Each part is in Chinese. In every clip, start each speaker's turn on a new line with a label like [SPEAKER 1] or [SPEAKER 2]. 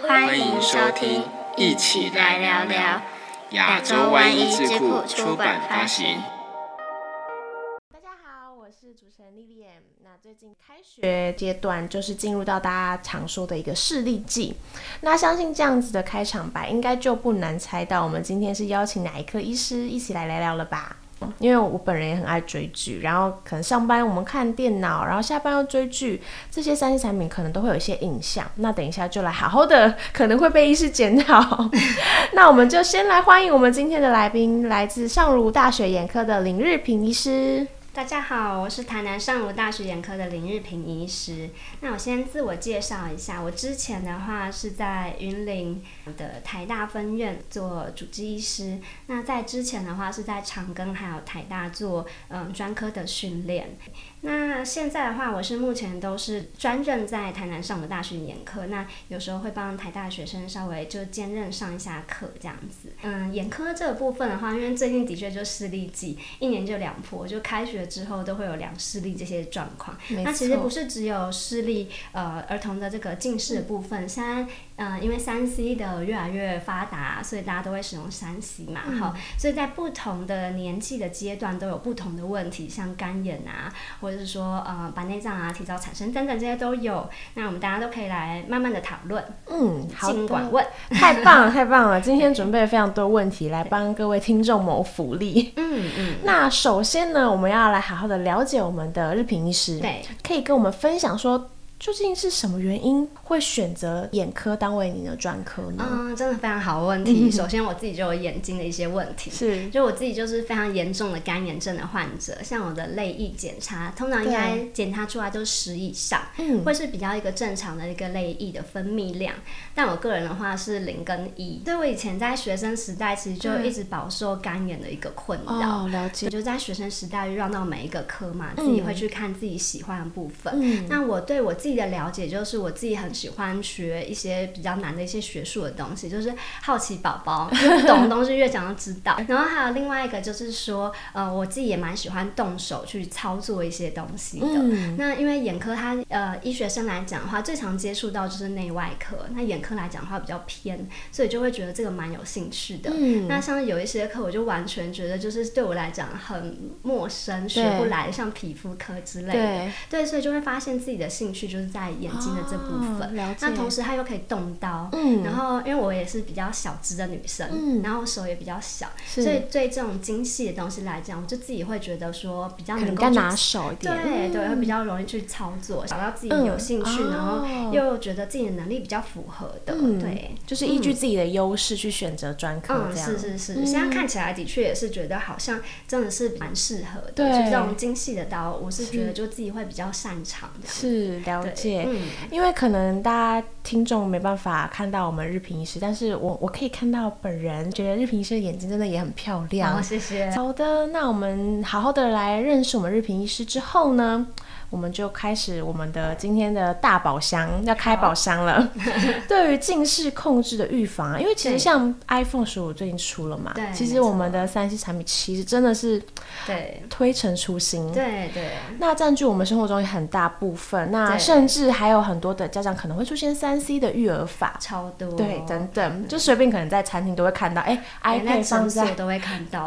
[SPEAKER 1] 欢迎收听《一起来聊聊》，亚洲湾一智库出版发行。
[SPEAKER 2] 大家好，我是主持人莉莉 M。那最近开学阶段就是进入到大家常说的一个视力季，那相信这样子的开场白，应该就不难猜到我们今天是邀请哪一科医师一起来聊聊了吧？因为我本人也很爱追剧，然后可能上班我们看电脑，然后下班又追剧，这些三 C 产品可能都会有一些影响。那等一下就来好好的，可能会被医师检 讨。那我们就先来欢迎我们今天的来宾，来自上儒大学眼科的林日平医师。
[SPEAKER 3] 大家好，我是台南上武大学眼科的林日平医师。那我先自我介绍一下，我之前的话是在云林的台大分院做主治医师，那在之前的话是在长庚还有台大做嗯专科的训练。那现在的话，我是目前都是专任在台南上武大学眼科，那有时候会帮台大学生稍微就兼任上一下课这样子。嗯，眼科这个部分的话，因为最近的确就视力季，一年就两波，就开学之后都会有两视力这些状况。
[SPEAKER 2] 没
[SPEAKER 3] 那其实
[SPEAKER 2] 错
[SPEAKER 3] 不是只有视力，呃，儿童的这个近视的部分，现在，嗯、因为三 C 的越来越发达，所以大家都会使用三 C 嘛，
[SPEAKER 2] 嗯
[SPEAKER 3] 哈、所以在不同的年纪的阶段都有不同的问题，像干眼啊，或者是说呃白内障啊、提早产生等等这些都有。那我们大家都可以来慢慢的讨论，
[SPEAKER 2] 嗯，好
[SPEAKER 3] 尽管
[SPEAKER 2] 的，
[SPEAKER 3] 问，
[SPEAKER 2] 太棒了，太棒了！今天准备了非常多问题来帮各位听众谋福 利。
[SPEAKER 3] 嗯嗯，
[SPEAKER 2] 那首先呢，我们要来好好的了解我们的日平医师，
[SPEAKER 3] 对，
[SPEAKER 2] 可以跟我们分享说，究竟是什么原因会选择眼科当为您的专科呢？
[SPEAKER 3] 嗯，真的非常好的 问题。首先我自己就有眼睛的一些问题，
[SPEAKER 2] 是
[SPEAKER 3] 就我自己就是非常严重的干眼症的患者，像我的泪液检查，通常应该检查出来都是十以上，
[SPEAKER 2] 嗯
[SPEAKER 3] 会是比较一个正常的一个泪液的分泌量。但我个人的话是零跟一，所以我以前在学生时代其实就一直饱受干眼的一个困扰。
[SPEAKER 2] 嗯哦，了
[SPEAKER 3] 我
[SPEAKER 2] 解，
[SPEAKER 3] 就在学生时代绕到每一个科嘛，自己会去看自己喜欢的部分。那我对我自己的了解就是，我自己很喜欢学一些比较难的一些学术的东西，就是好奇宝宝，越不懂的东西越想要知道。 然后还有另外一个就是说，呃，我自己也蛮喜欢动手去操作一些东西的。
[SPEAKER 2] 嗯
[SPEAKER 3] 那因为眼科它呃，医学生来讲的话，最常接触到就是内外科。那眼科来讲的话比较偏，所以就会觉得这个蛮有兴趣的。
[SPEAKER 2] 嗯
[SPEAKER 3] 那像有一些课，我就完全觉得就是对我来讲很陌生，学不来，像皮肤科之类的。
[SPEAKER 2] 对，
[SPEAKER 3] 对，所以就会发现自己的兴趣就是在眼睛的这部分。
[SPEAKER 2] 哦了解，
[SPEAKER 3] 那同时它又可以动刀，
[SPEAKER 2] 嗯
[SPEAKER 3] 然后因为我也是比较小只的女生，
[SPEAKER 2] 嗯
[SPEAKER 3] 然后手也比较小，
[SPEAKER 2] 是
[SPEAKER 3] 所以对这种精细的东西来讲，我就自己会觉得说比较
[SPEAKER 2] 可
[SPEAKER 3] 能
[SPEAKER 2] 能
[SPEAKER 3] 够
[SPEAKER 2] 该
[SPEAKER 3] 去
[SPEAKER 2] 拿手一点，
[SPEAKER 3] 对对，会
[SPEAKER 2] 嗯
[SPEAKER 3] 比较容易去操作，找到自己
[SPEAKER 2] 嗯
[SPEAKER 3] 有兴趣，然
[SPEAKER 2] 哦
[SPEAKER 3] 后又觉得自己的能力比较符合的，
[SPEAKER 2] 嗯
[SPEAKER 3] 对。
[SPEAKER 2] 就是依据自己的优势去选择专科
[SPEAKER 3] 嗯，
[SPEAKER 2] 这样。
[SPEAKER 3] 是是是，现在看起来的确也是觉得好像真的是蛮适合的，
[SPEAKER 2] 对
[SPEAKER 3] 就是这种精细的刀，我是觉得就自己会比较擅长这样。
[SPEAKER 2] 是了
[SPEAKER 3] 对
[SPEAKER 2] 解。
[SPEAKER 3] 嗯，
[SPEAKER 2] 因为可能大家听众没办法看到我们日平医师，但是我我可以看到本人，觉得日平医师的眼睛真的也很漂亮。
[SPEAKER 3] 好，谢谢。
[SPEAKER 2] 好的，那我们好好的来认识我们日平医师之后呢，我们就开始我们的今天的大宝箱，要开宝箱了。 对于近视控制的预防啊，因为其实
[SPEAKER 3] 对
[SPEAKER 2] 像 iPhone 十五最近出了嘛
[SPEAKER 3] 对，
[SPEAKER 2] 其
[SPEAKER 3] 没
[SPEAKER 2] 实
[SPEAKER 3] 错
[SPEAKER 2] 我们的三 C 产品其实真的是
[SPEAKER 3] 对
[SPEAKER 2] 推陈出新。
[SPEAKER 3] 对对，
[SPEAKER 2] 那占据我们生活中也很大部分，那
[SPEAKER 3] 对
[SPEAKER 2] 甚至还有很多的家长可能会出现三 C 的育儿法，
[SPEAKER 3] 超多。
[SPEAKER 2] 对，等等，就随便可能在餐厅都会看到，哎、i
[SPEAKER 3] 连
[SPEAKER 2] p a d
[SPEAKER 3] 在
[SPEAKER 2] 放
[SPEAKER 3] 诊 所
[SPEAKER 2] 在
[SPEAKER 3] 都会看到。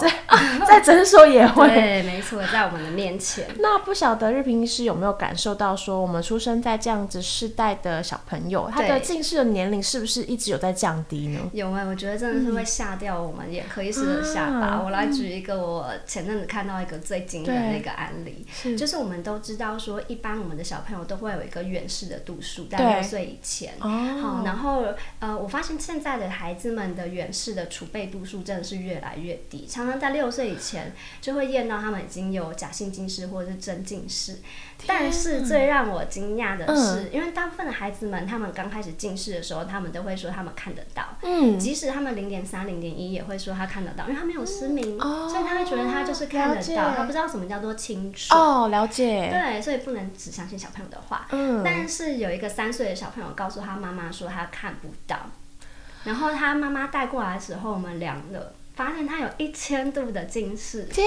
[SPEAKER 2] 在诊所也会。
[SPEAKER 3] 对，没错，在我们的面前。
[SPEAKER 2] 那不晓得日平医师有没有感受到，说我们出生在这样子世代的小朋友，他的
[SPEAKER 3] 对
[SPEAKER 2] 近视的年龄是不是一直有在降低呢？
[SPEAKER 3] 有哎、我觉得真的是会吓掉我们眼科医师的下巴。
[SPEAKER 2] 嗯啊
[SPEAKER 3] 我来举一个我前阵子看到一个最惊人的一个案例，
[SPEAKER 2] 嗯是
[SPEAKER 3] 就是我们都知道说，一般我们的小朋友都会有一个远视的度数，在
[SPEAKER 2] 对
[SPEAKER 3] 六岁以前。好，
[SPEAKER 2] 哦，
[SPEAKER 3] 然后呃，我发现现在的孩子们的远视的储备度数真的是越来越低，常常在六岁以前就会验到他们已经有假性近视或者是真近视。但是最让我惊讶的是，
[SPEAKER 2] 嗯
[SPEAKER 3] 因为大部分的孩子们他们刚开始近视的时候，他们都会说他们看得到，
[SPEAKER 2] 嗯，
[SPEAKER 3] 即使他们零点三、零点一也会说他看得到，因为他没有失明，
[SPEAKER 2] 哦
[SPEAKER 3] 所以他会觉得他就是看
[SPEAKER 2] 了
[SPEAKER 3] 得
[SPEAKER 2] 解
[SPEAKER 3] 到，他不知道什么叫做清楚。
[SPEAKER 2] 哦，了解，
[SPEAKER 3] 对，所以不能只相信小朋友的话。
[SPEAKER 2] 嗯，
[SPEAKER 3] 但是有一个三岁的小朋友告诉他妈妈说他看不到，然后他妈妈带过来的时候，我们量了，发现它有一千度的近视，
[SPEAKER 2] 天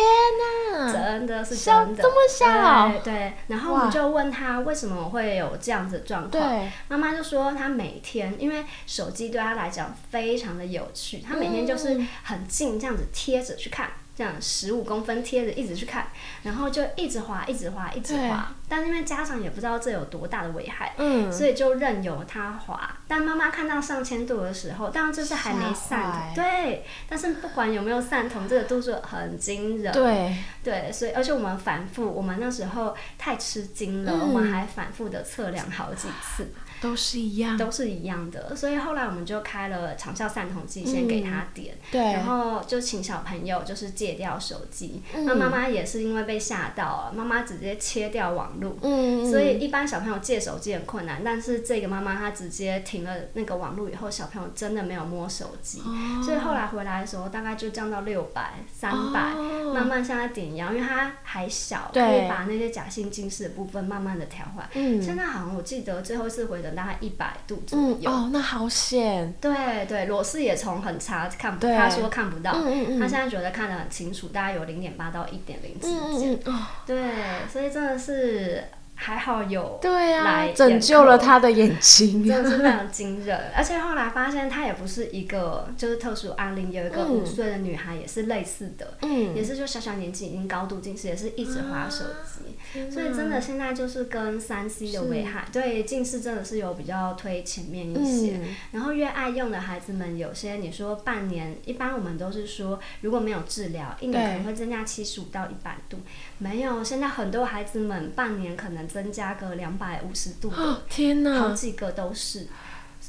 [SPEAKER 2] 哪，
[SPEAKER 3] 真的是
[SPEAKER 2] 小
[SPEAKER 3] 真
[SPEAKER 2] 嗯
[SPEAKER 3] 的
[SPEAKER 2] 这么小
[SPEAKER 3] 对对。然后我
[SPEAKER 2] 哇
[SPEAKER 3] 们就问他为什么会有这样子的状况，
[SPEAKER 2] 对，
[SPEAKER 3] 妈妈就说她每天因为手机对她来讲非常的有趣，她每天就是很近这样子贴着去看，这样十五公分贴着一直去看，然后就一直滑一直滑一直滑，但因为家长也不知道这有多大的危害。
[SPEAKER 2] 嗯，
[SPEAKER 3] 所以就任由它滑。但妈妈看到上千度的时候，当然这是还没
[SPEAKER 2] 吓
[SPEAKER 3] 散
[SPEAKER 2] 坏
[SPEAKER 3] 瞳，对。但是不管有没有散瞳，这个度数很惊人。
[SPEAKER 2] 对，
[SPEAKER 3] 对，所以而且我们反复，我们那时候太吃惊了，
[SPEAKER 2] 嗯
[SPEAKER 3] 我们还反复的测量好几次，
[SPEAKER 2] 都是一样，
[SPEAKER 3] 都是一样的。所以后来我们就开了长效散瞳剂，先给他点，
[SPEAKER 2] 嗯对，
[SPEAKER 3] 然后就请小朋友就是戒掉手机。
[SPEAKER 2] 嗯
[SPEAKER 3] 那妈妈也是因为被吓到了，妈妈直接切掉网络。
[SPEAKER 2] 嗯，
[SPEAKER 3] 所以一般小朋友戒手机很困难，但是这个妈妈她直接停了那个网络以后，小朋友真的没有摸手机，
[SPEAKER 2] 哦
[SPEAKER 3] 所以后来回来的时候大概就降到六百、三百，
[SPEAKER 2] 哦
[SPEAKER 3] 慢慢像它点一样，因为它还小，可
[SPEAKER 2] 对
[SPEAKER 3] 以把那些假性近视的部分慢慢的调回来。
[SPEAKER 2] 嗯
[SPEAKER 3] 现在好像我记得最后一次回诊大概一百度左
[SPEAKER 2] 嗯
[SPEAKER 3] 右。
[SPEAKER 2] 哦，那好险，
[SPEAKER 3] 对对，裸视也从很差看不，
[SPEAKER 2] 对
[SPEAKER 3] 他说看不到，
[SPEAKER 2] 嗯嗯嗯
[SPEAKER 3] 他现在觉得看得很清楚，大概有零点八到一点零之间。
[SPEAKER 2] 嗯嗯嗯，哦，
[SPEAKER 3] 对，所以真的是还好有
[SPEAKER 2] 对啊
[SPEAKER 3] 来，
[SPEAKER 2] 拯
[SPEAKER 3] 演
[SPEAKER 2] 救了
[SPEAKER 3] 课
[SPEAKER 2] 他的眼睛，
[SPEAKER 3] 真的是非常惊人。而且后来发现，她也不是一个就是特殊案例，有一个
[SPEAKER 2] 嗯
[SPEAKER 3] 五岁的女孩也是类似的，
[SPEAKER 2] 嗯
[SPEAKER 3] 也是就小小年纪已经高度近视，也是一直滑手机。
[SPEAKER 2] 啊
[SPEAKER 3] 所以真的现在就是跟三 C 的危害，对近视真的是有比较推前面一些。
[SPEAKER 2] 嗯
[SPEAKER 3] 然后越爱用的孩子们，有些你说半年，一般我们都是说如果没有治疗，一年
[SPEAKER 2] 对
[SPEAKER 3] 可能会增加七十五到一百度，没有。现在很多孩子们半年可能增加个两百五十 度的
[SPEAKER 2] 哦，天
[SPEAKER 3] 好
[SPEAKER 2] 哪，
[SPEAKER 3] 几个都是，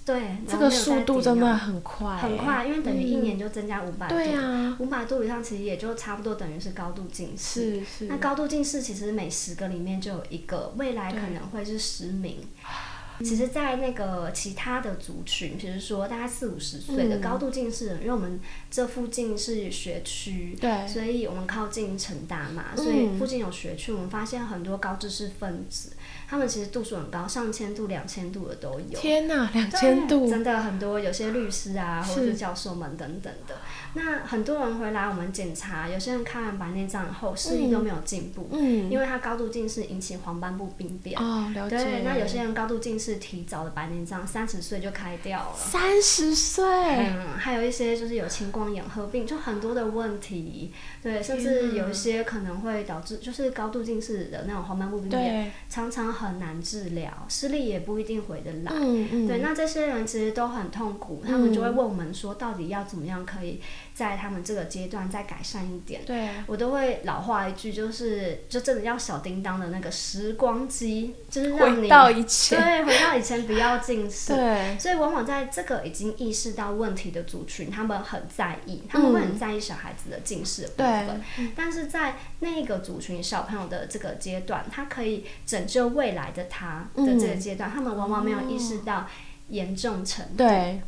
[SPEAKER 3] 对，然
[SPEAKER 2] 这
[SPEAKER 3] 后没
[SPEAKER 2] 个
[SPEAKER 3] 有
[SPEAKER 2] 速
[SPEAKER 3] 再
[SPEAKER 2] 度
[SPEAKER 3] 点
[SPEAKER 2] 真的
[SPEAKER 3] 药
[SPEAKER 2] 很快，
[SPEAKER 3] 很快，因为等于一
[SPEAKER 2] 嗯
[SPEAKER 3] 年就增加五百度，
[SPEAKER 2] 对啊
[SPEAKER 3] 五百度以上其实也就差不多等于是高度近视。
[SPEAKER 2] 是是，
[SPEAKER 3] 那高度近视其实每十个里面就有一个，未来可能会是十名。
[SPEAKER 2] 嗯
[SPEAKER 3] 其实，在那个其他的族群，比如说大概四五十岁的
[SPEAKER 2] 嗯
[SPEAKER 3] 高度近视人，因为我们这附近是学区，
[SPEAKER 2] 对
[SPEAKER 3] 所以我们靠近成大嘛，所以
[SPEAKER 2] 嗯
[SPEAKER 3] 附近有学区，我们发现很多高知识分子，他们其实度数很高，上千度、两千度的都有。
[SPEAKER 2] 天哪，两千
[SPEAKER 3] 对
[SPEAKER 2] 度，
[SPEAKER 3] 真的很多，有些律师啊，或者
[SPEAKER 2] 是
[SPEAKER 3] 是教授们等等的。那很多人回来我们检查，有些人看完白内障以后视力都没有进步，
[SPEAKER 2] 嗯，
[SPEAKER 3] 因为他高度近视引起黄斑部病变。
[SPEAKER 2] 哦，了解，
[SPEAKER 3] 对，那有些人高度近视提早的白内障，三十岁就开掉了。
[SPEAKER 2] 三十岁，
[SPEAKER 3] 嗯，还有一些就是有青光眼、合并，就很多的问题，对，甚至有一些可能会导致就是高度近视的那种黄斑部病变，
[SPEAKER 2] 对，
[SPEAKER 3] 常常很难治疗，视力也不一定回得来。
[SPEAKER 2] 嗯嗯，
[SPEAKER 3] 对，那这些人其实都很痛苦，他们就会问我们说，到底要怎么样可以在他们这个阶段再改善一点？
[SPEAKER 2] 对，
[SPEAKER 3] 我都会老话一句，就是就真的要小叮当的那个时光机，就是让
[SPEAKER 2] 回
[SPEAKER 3] 你
[SPEAKER 2] 到以前，
[SPEAKER 3] 对回到以前不要近视。
[SPEAKER 2] 对，
[SPEAKER 3] 所以往往在这个已经意识到问题的族群，他们很在意，他们会很在意小孩子的近视的部分。但是在那个族群小朋友的这个阶段，他可以拯救未来的他的这个阶段，他们往往没有意识到严重程度。
[SPEAKER 2] 嗯对，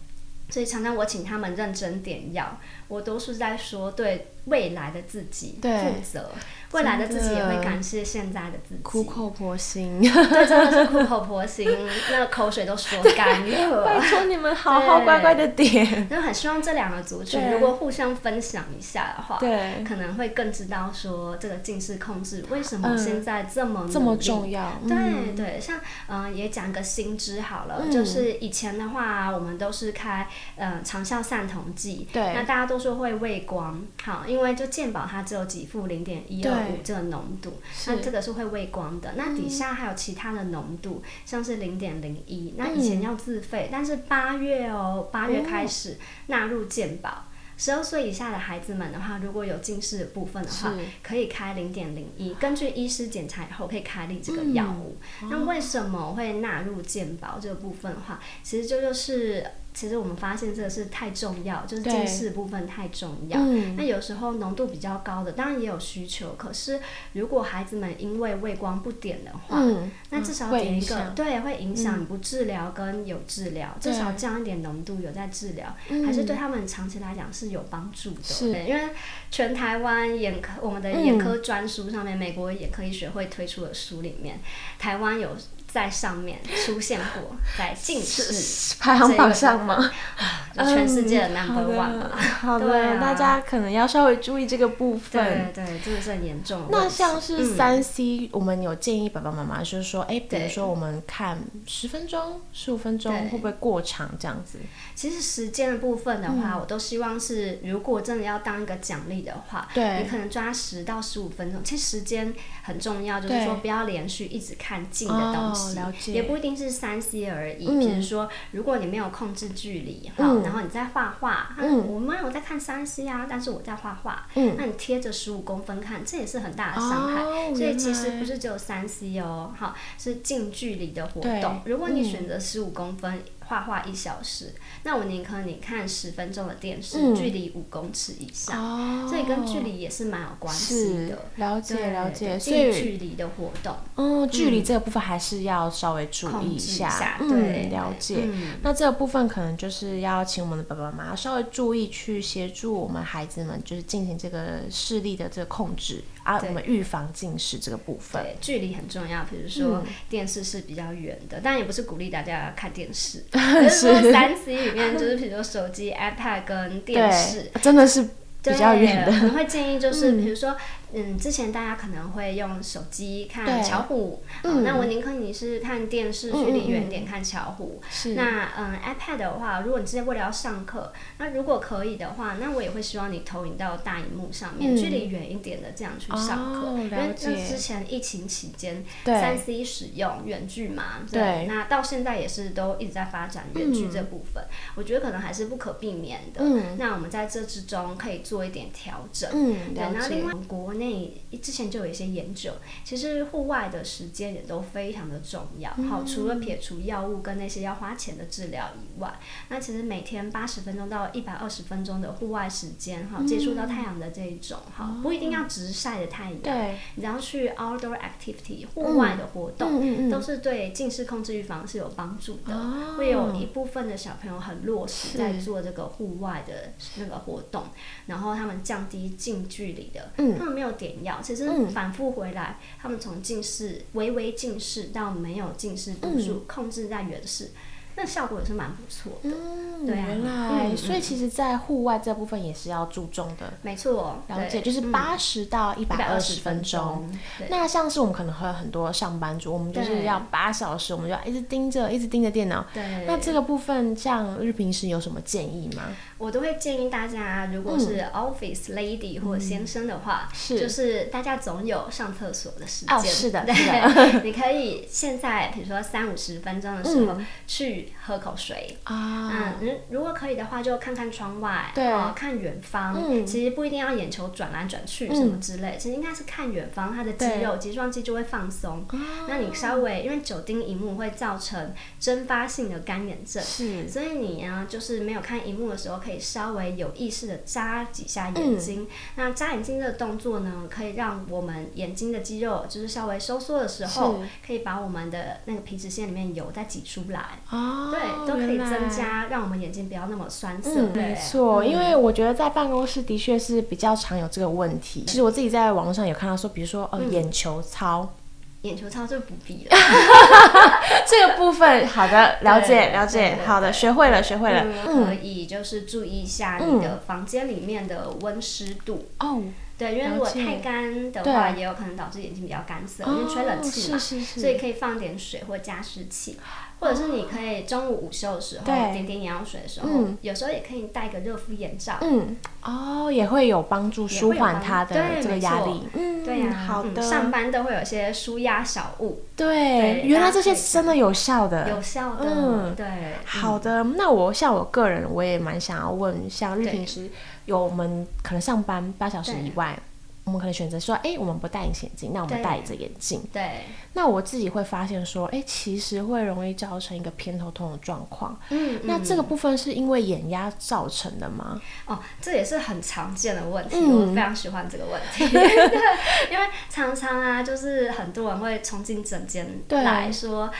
[SPEAKER 3] 所以常常我请他们认真点药，我都是在说对未来的自己
[SPEAKER 2] 对
[SPEAKER 3] 负责，未来的自己也
[SPEAKER 2] 真
[SPEAKER 3] 会
[SPEAKER 2] 的
[SPEAKER 3] 感谢现在的自己。
[SPEAKER 2] 苦口婆心，
[SPEAKER 3] 对，真的是苦口婆心， 那口水都说干 了。
[SPEAKER 2] 拜托你们好好乖乖的点，
[SPEAKER 3] 那很希望这两个族群
[SPEAKER 2] 对
[SPEAKER 3] 如果互相分享一下的话，
[SPEAKER 2] 对，
[SPEAKER 3] 可能会更知道说这个近视控制为什么
[SPEAKER 2] 嗯
[SPEAKER 3] 现在这么、
[SPEAKER 2] 这么重。要，嗯
[SPEAKER 3] 对对，像嗯、呃也讲个新知好了，
[SPEAKER 2] 嗯
[SPEAKER 3] 就是以前的话，我们都是开呃长效散瞳剂，
[SPEAKER 2] 对
[SPEAKER 3] 那大家都说会畏光，好，因为就健保它只有给付零点一二
[SPEAKER 2] 对
[SPEAKER 3] 五这个浓度，那
[SPEAKER 2] 是嗯
[SPEAKER 3] 这个是会畏光的。那底下还有其他的浓度，像是零点零一，那
[SPEAKER 2] 嗯
[SPEAKER 3] 以前要自费，但是八月哦，八月开始纳入健保。十二岁以下的孩子们的话，如果有近视的部分的话
[SPEAKER 2] 是，
[SPEAKER 3] 可以开零点零一，根据医师检查以后可以开立这个
[SPEAKER 2] 嗯
[SPEAKER 3] 药物。那为什么会纳入健保这个部分的话，其实这就是，其实我们发现这个是太重要，就是
[SPEAKER 2] 对
[SPEAKER 3] 近视部分太重要。
[SPEAKER 2] 嗯
[SPEAKER 3] 那有时候浓度比较高的，当然也有需求，可是如果孩子们因为畏光不点的话，
[SPEAKER 2] 嗯，
[SPEAKER 3] 那至少
[SPEAKER 2] 会
[SPEAKER 3] 点
[SPEAKER 2] 影
[SPEAKER 3] 一个
[SPEAKER 2] 响，嗯
[SPEAKER 3] 对，会影响你不治疗跟有治疗，至少
[SPEAKER 2] 对
[SPEAKER 3] 降一点浓度有在治疗，
[SPEAKER 2] 嗯
[SPEAKER 3] 还是对他们长期来讲是有帮助的。
[SPEAKER 2] 是嗯
[SPEAKER 3] 对因为全台湾眼科我们的眼科专书上面，美国眼科医学会推出的书里面，台湾有 在上面出现过，在近视。
[SPEAKER 2] 排行榜上吗？
[SPEAKER 3] 啊就全世界的
[SPEAKER 2] 嗯
[SPEAKER 3] number one 吧。
[SPEAKER 2] 好的，好
[SPEAKER 3] 对
[SPEAKER 2] 的
[SPEAKER 3] 啊
[SPEAKER 2] 大家可能要稍微注意这个部分
[SPEAKER 3] 对。对，这个是很严重的问
[SPEAKER 2] 嗯那
[SPEAKER 3] 题。
[SPEAKER 2] 像是
[SPEAKER 3] 嗯
[SPEAKER 2] 三 C，、我们有建议爸爸妈妈，就是说，哎，比如
[SPEAKER 3] 对
[SPEAKER 2] 说我们看十分钟、十五分钟，
[SPEAKER 3] 对
[SPEAKER 2] 会不会过长这样子？
[SPEAKER 3] 其实时间的部分的话，
[SPEAKER 2] 嗯
[SPEAKER 3] 我都希望是，如果真的要当一个奖励的话，
[SPEAKER 2] 对
[SPEAKER 3] 你可能抓十到十五分钟。其实时间很重要，就是说
[SPEAKER 2] 对
[SPEAKER 3] 不要连续一直看近的东西，
[SPEAKER 2] 哦了解
[SPEAKER 3] 也不一定是三 C 而已。
[SPEAKER 2] 嗯
[SPEAKER 3] 比如说，如果你没有控制距离，哈、
[SPEAKER 2] 嗯
[SPEAKER 3] 然后你在画画，
[SPEAKER 2] 嗯
[SPEAKER 3] 嗯，我妈我在看三 C 啊，但是我在画画，
[SPEAKER 2] 嗯
[SPEAKER 3] 那你贴着十五公分看，这也是很大的伤害。
[SPEAKER 2] 哦
[SPEAKER 3] 所以其实
[SPEAKER 2] 原来
[SPEAKER 3] 不是只有三 C 哦，哈，是近距离的活
[SPEAKER 2] 对
[SPEAKER 3] 动。如果你
[SPEAKER 2] 嗯
[SPEAKER 3] 选择十五公分画画一小时，那我宁可你看十分钟的电视，
[SPEAKER 2] 嗯
[SPEAKER 3] 距离五公尺以上，
[SPEAKER 2] 哦，
[SPEAKER 3] 所以跟距离也是蛮有关系
[SPEAKER 2] 是
[SPEAKER 3] 的。
[SPEAKER 2] 了解
[SPEAKER 3] 对
[SPEAKER 2] 了解，
[SPEAKER 3] 对
[SPEAKER 2] 所
[SPEAKER 3] 近
[SPEAKER 2] 以
[SPEAKER 3] 距离的活动，
[SPEAKER 2] 嗯，距离这个部分还是要稍微注
[SPEAKER 3] 控
[SPEAKER 2] 意
[SPEAKER 3] 制
[SPEAKER 2] 一
[SPEAKER 3] 一
[SPEAKER 2] 下，
[SPEAKER 3] 下对
[SPEAKER 2] 嗯，了解。
[SPEAKER 3] 嗯
[SPEAKER 2] 那这个部分可能就是要请我们的爸爸妈妈稍微注意，去协助我们孩子们，就是进行这个视力的这个控制啊，
[SPEAKER 3] 对
[SPEAKER 2] 我们预防近视这个部分。
[SPEAKER 3] 对，距离很重要。比如说
[SPEAKER 2] 嗯
[SPEAKER 3] 电视是比较远的，但也不是鼓励大家看电 视，就是说三 C 里面就是比如说手机、iPad 跟电视，
[SPEAKER 2] 对，啊真的是比较远
[SPEAKER 3] 对
[SPEAKER 2] 的，
[SPEAKER 3] 我们会建议就是，
[SPEAKER 2] 嗯
[SPEAKER 3] 比如说，嗯，之前大家可能会用手机
[SPEAKER 2] 对
[SPEAKER 3] 看巧虎，哦
[SPEAKER 2] 嗯
[SPEAKER 3] 好那我宁可你是看电视，
[SPEAKER 2] 嗯
[SPEAKER 3] 距
[SPEAKER 2] 嗯
[SPEAKER 3] 离
[SPEAKER 2] 嗯
[SPEAKER 3] 远点看巧虎。
[SPEAKER 2] 是
[SPEAKER 3] 那嗯，iPad 的话，如果你是为了要上课，那如果可以的话，那我也会希望你投影到大荧幕上面，
[SPEAKER 2] 嗯
[SPEAKER 3] 距离远一点的这样去上课。
[SPEAKER 2] 哦
[SPEAKER 3] 因
[SPEAKER 2] 了
[SPEAKER 3] 为
[SPEAKER 2] 解
[SPEAKER 3] 那之前疫情期间，三
[SPEAKER 2] 对
[SPEAKER 3] C 使用远距嘛，
[SPEAKER 2] 对
[SPEAKER 3] 那到现在也是都一直在发展远距这部分，我觉得可能还是不可避免的。
[SPEAKER 2] 嗯
[SPEAKER 3] 那我们在这之中可以做一点调整。
[SPEAKER 2] 嗯，
[SPEAKER 3] 对，
[SPEAKER 2] 了
[SPEAKER 3] 然后
[SPEAKER 2] 解
[SPEAKER 3] 另外，国内之前就有一些研究，其实户外的时间也都非常的重要。
[SPEAKER 2] 嗯
[SPEAKER 3] 好、除了撇除药物跟那些要花钱的治疗以外，那其实每天八十分钟到一百二十分钟的户外时间，哈、接触到太阳的这一种，哈、
[SPEAKER 2] 哦
[SPEAKER 3] 不一定要直晒的太阳，
[SPEAKER 2] 对，
[SPEAKER 3] 你只要去 outdoor activity 户外的活动，
[SPEAKER 2] 嗯嗯嗯
[SPEAKER 3] 都是对近视控制预防是有帮助的。
[SPEAKER 2] 哦
[SPEAKER 3] 会有一部分的小朋友很落实
[SPEAKER 2] 是
[SPEAKER 3] 在做这个户外的那个活动，然后他们降低近距离的，
[SPEAKER 2] 嗯
[SPEAKER 3] 他们没有点药，其实
[SPEAKER 2] 嗯
[SPEAKER 3] 反复回来，他们从近视微微近视到没有近视度数，控制在远视，那效果也是蛮不错的。
[SPEAKER 2] 嗯，
[SPEAKER 3] 对啊
[SPEAKER 2] 原来，
[SPEAKER 3] 嗯
[SPEAKER 2] 所以其实，在户外这部分也是要注重的。
[SPEAKER 3] 没错，
[SPEAKER 2] 了解，就是
[SPEAKER 3] 嗯
[SPEAKER 2] 八十到一百二十分钟。，
[SPEAKER 3] 对
[SPEAKER 2] 那像是我们可能会有很多上班族，我们就是
[SPEAKER 3] 对
[SPEAKER 2] 要八小时，我们就要一直盯着，一直盯着电脑。
[SPEAKER 3] 对，
[SPEAKER 2] 那这个部分，像日平时有什么建议吗？
[SPEAKER 3] 我都会建议大家，如果是 office lady 或先生的
[SPEAKER 2] 嗯
[SPEAKER 3] 话，
[SPEAKER 2] 是
[SPEAKER 3] 就是大家总有上厕所的时间。
[SPEAKER 2] 哦是的是的
[SPEAKER 3] 对，你可以现在比如说三五十分钟的时候、
[SPEAKER 2] 嗯
[SPEAKER 3] 去喝口水。嗯
[SPEAKER 2] 啊，，
[SPEAKER 3] 如如果可以的话，就看看窗外，
[SPEAKER 2] 对
[SPEAKER 3] 哦，看远方。
[SPEAKER 2] 嗯
[SPEAKER 3] 其实不一定要眼球转来转去什么之类，其实应该是看远方，它的肌
[SPEAKER 2] 对哦
[SPEAKER 3] 肉、睫状肌就会放松。那你稍微因为久盯荧幕会造成蒸发性的干眼症，
[SPEAKER 2] 是
[SPEAKER 3] 所以你呢，就是没有看荧幕的时候，可以稍微有意识的眨几下眼
[SPEAKER 2] 嗯
[SPEAKER 3] 睛。那眨眼睛这个动作呢，可以让我们眼睛的肌肉就是稍微收缩的时候
[SPEAKER 2] 是，
[SPEAKER 3] 可以把我们的那个皮脂腺里面油再挤出来。
[SPEAKER 2] 哦，
[SPEAKER 3] 对，都可以
[SPEAKER 2] 原来
[SPEAKER 3] 增。加，让我们眼睛不要那么酸涩。
[SPEAKER 2] 嗯，
[SPEAKER 3] 对
[SPEAKER 2] 没错，因为我觉得在办公室的确是比较常有这个问题。其实我自己在网络上有看到说，比如说
[SPEAKER 3] 嗯
[SPEAKER 2] 呃眼球操
[SPEAKER 3] 眼球操就不必了。
[SPEAKER 2] 这个部分，好的，了解
[SPEAKER 3] 对
[SPEAKER 2] 了解
[SPEAKER 3] 对，对
[SPEAKER 2] 好的，学会了学会了。
[SPEAKER 3] 嗯，可以就是注意一下你的房间里面的温湿度。
[SPEAKER 2] 哦，
[SPEAKER 3] 对，因为如果
[SPEAKER 2] 了解
[SPEAKER 3] 太干的话，
[SPEAKER 2] 对
[SPEAKER 3] 也有可能导致眼睛比较干涩，因
[SPEAKER 2] 哦
[SPEAKER 3] 为吹冷气嘛，
[SPEAKER 2] 是是是
[SPEAKER 3] 所以可以放点水或加湿器，或者是你可以中午午休的时候
[SPEAKER 2] 对
[SPEAKER 3] 点点眼药水的时候，
[SPEAKER 2] 嗯
[SPEAKER 3] 有时候也可以戴个热敷眼罩。
[SPEAKER 2] 嗯，哦，也会有帮助舒缓他的这个压力。嗯，
[SPEAKER 3] 对呀、
[SPEAKER 2] 好的，
[SPEAKER 3] 嗯上班都会有一些舒压小物，
[SPEAKER 2] 对，
[SPEAKER 3] 对
[SPEAKER 2] 原来这些是真的有效的，
[SPEAKER 3] 有效的，
[SPEAKER 2] 嗯
[SPEAKER 3] 对，
[SPEAKER 2] 好的，那我像我个人，我也蛮想要问，像日
[SPEAKER 3] 嗯对
[SPEAKER 2] 平时有我们可能上班八小时以外，我们可能选择说，哎，我们不戴隐形眼镜，那我们
[SPEAKER 3] 对
[SPEAKER 2] 戴着眼镜。
[SPEAKER 3] 对，
[SPEAKER 2] 那我自己会发现说，哎，其实会容易造成一个偏头痛的状况。
[SPEAKER 3] 嗯，
[SPEAKER 2] 那
[SPEAKER 3] 嗯
[SPEAKER 2] 这个部分是因为眼压造成的吗？
[SPEAKER 3] 哦，这也是很常见的问题，
[SPEAKER 2] 嗯
[SPEAKER 3] 我非常喜欢这个问题， 对，因为常常啊，就是很多人会冲进诊间
[SPEAKER 2] 对
[SPEAKER 3] 来说。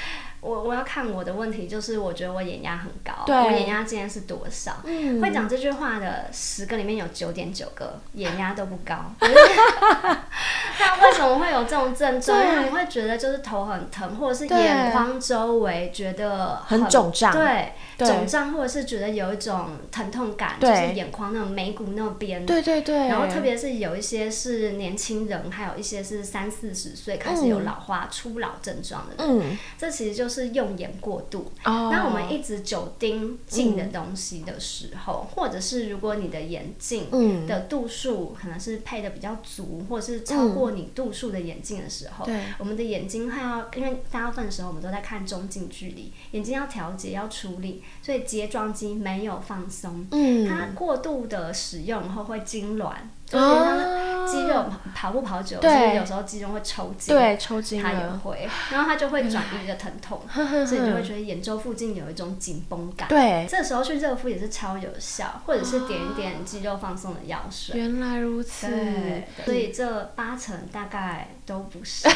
[SPEAKER 3] 我我要看我的问题，就是我觉得我眼压很高，
[SPEAKER 2] 对
[SPEAKER 3] 我眼压今天是多少？
[SPEAKER 2] 嗯
[SPEAKER 3] 会讲 这句话的十个里面有九点九个眼压都不高，那为什么会有这种症状？
[SPEAKER 2] 对
[SPEAKER 3] 因为你会觉得就是头很疼，或者是
[SPEAKER 2] 对
[SPEAKER 3] 眼眶周围觉得
[SPEAKER 2] 很肿胀
[SPEAKER 3] 对，
[SPEAKER 2] 对
[SPEAKER 3] 肿胀，或者是觉得有一种疼痛感，就
[SPEAKER 2] 对
[SPEAKER 3] 是眼眶那种眉骨那边。
[SPEAKER 2] 对对对，
[SPEAKER 3] 然后特别是有一些是年轻人，还有一些是三四十岁开始有老化、初老症状的人，
[SPEAKER 2] 嗯
[SPEAKER 3] 这其实就是用眼过度。
[SPEAKER 2] 哦，
[SPEAKER 3] 当我们一直久盯近的东西的时候，或者是如果你的眼镜
[SPEAKER 2] 嗯
[SPEAKER 3] 的度数可能是配的比较足，或者是超
[SPEAKER 2] 嗯
[SPEAKER 3] 过你度数的眼镜的时候，
[SPEAKER 2] 对
[SPEAKER 3] 我们的眼睛还要，因为大部分时候我们都在看中近距离，眼睛要调节要处理，所以睫状肌没有放松，它
[SPEAKER 2] 嗯
[SPEAKER 3] 过度的使用后会痉挛，就是有点像是
[SPEAKER 2] 啊
[SPEAKER 3] 肌肉跑步跑久，
[SPEAKER 2] 对
[SPEAKER 3] 就是有时候肌肉会抽筋，
[SPEAKER 2] 对抽筋
[SPEAKER 3] 它也
[SPEAKER 2] 了，
[SPEAKER 3] 会，然后它就会转移的疼痛，所以你就会觉得眼周附近有一种紧绷感。
[SPEAKER 2] 嗯对，
[SPEAKER 3] 这时候去热敷也是超有效，或者是点一点肌肉放松的药水。
[SPEAKER 2] 原来如此，
[SPEAKER 3] 对，所以这八成大概都不是。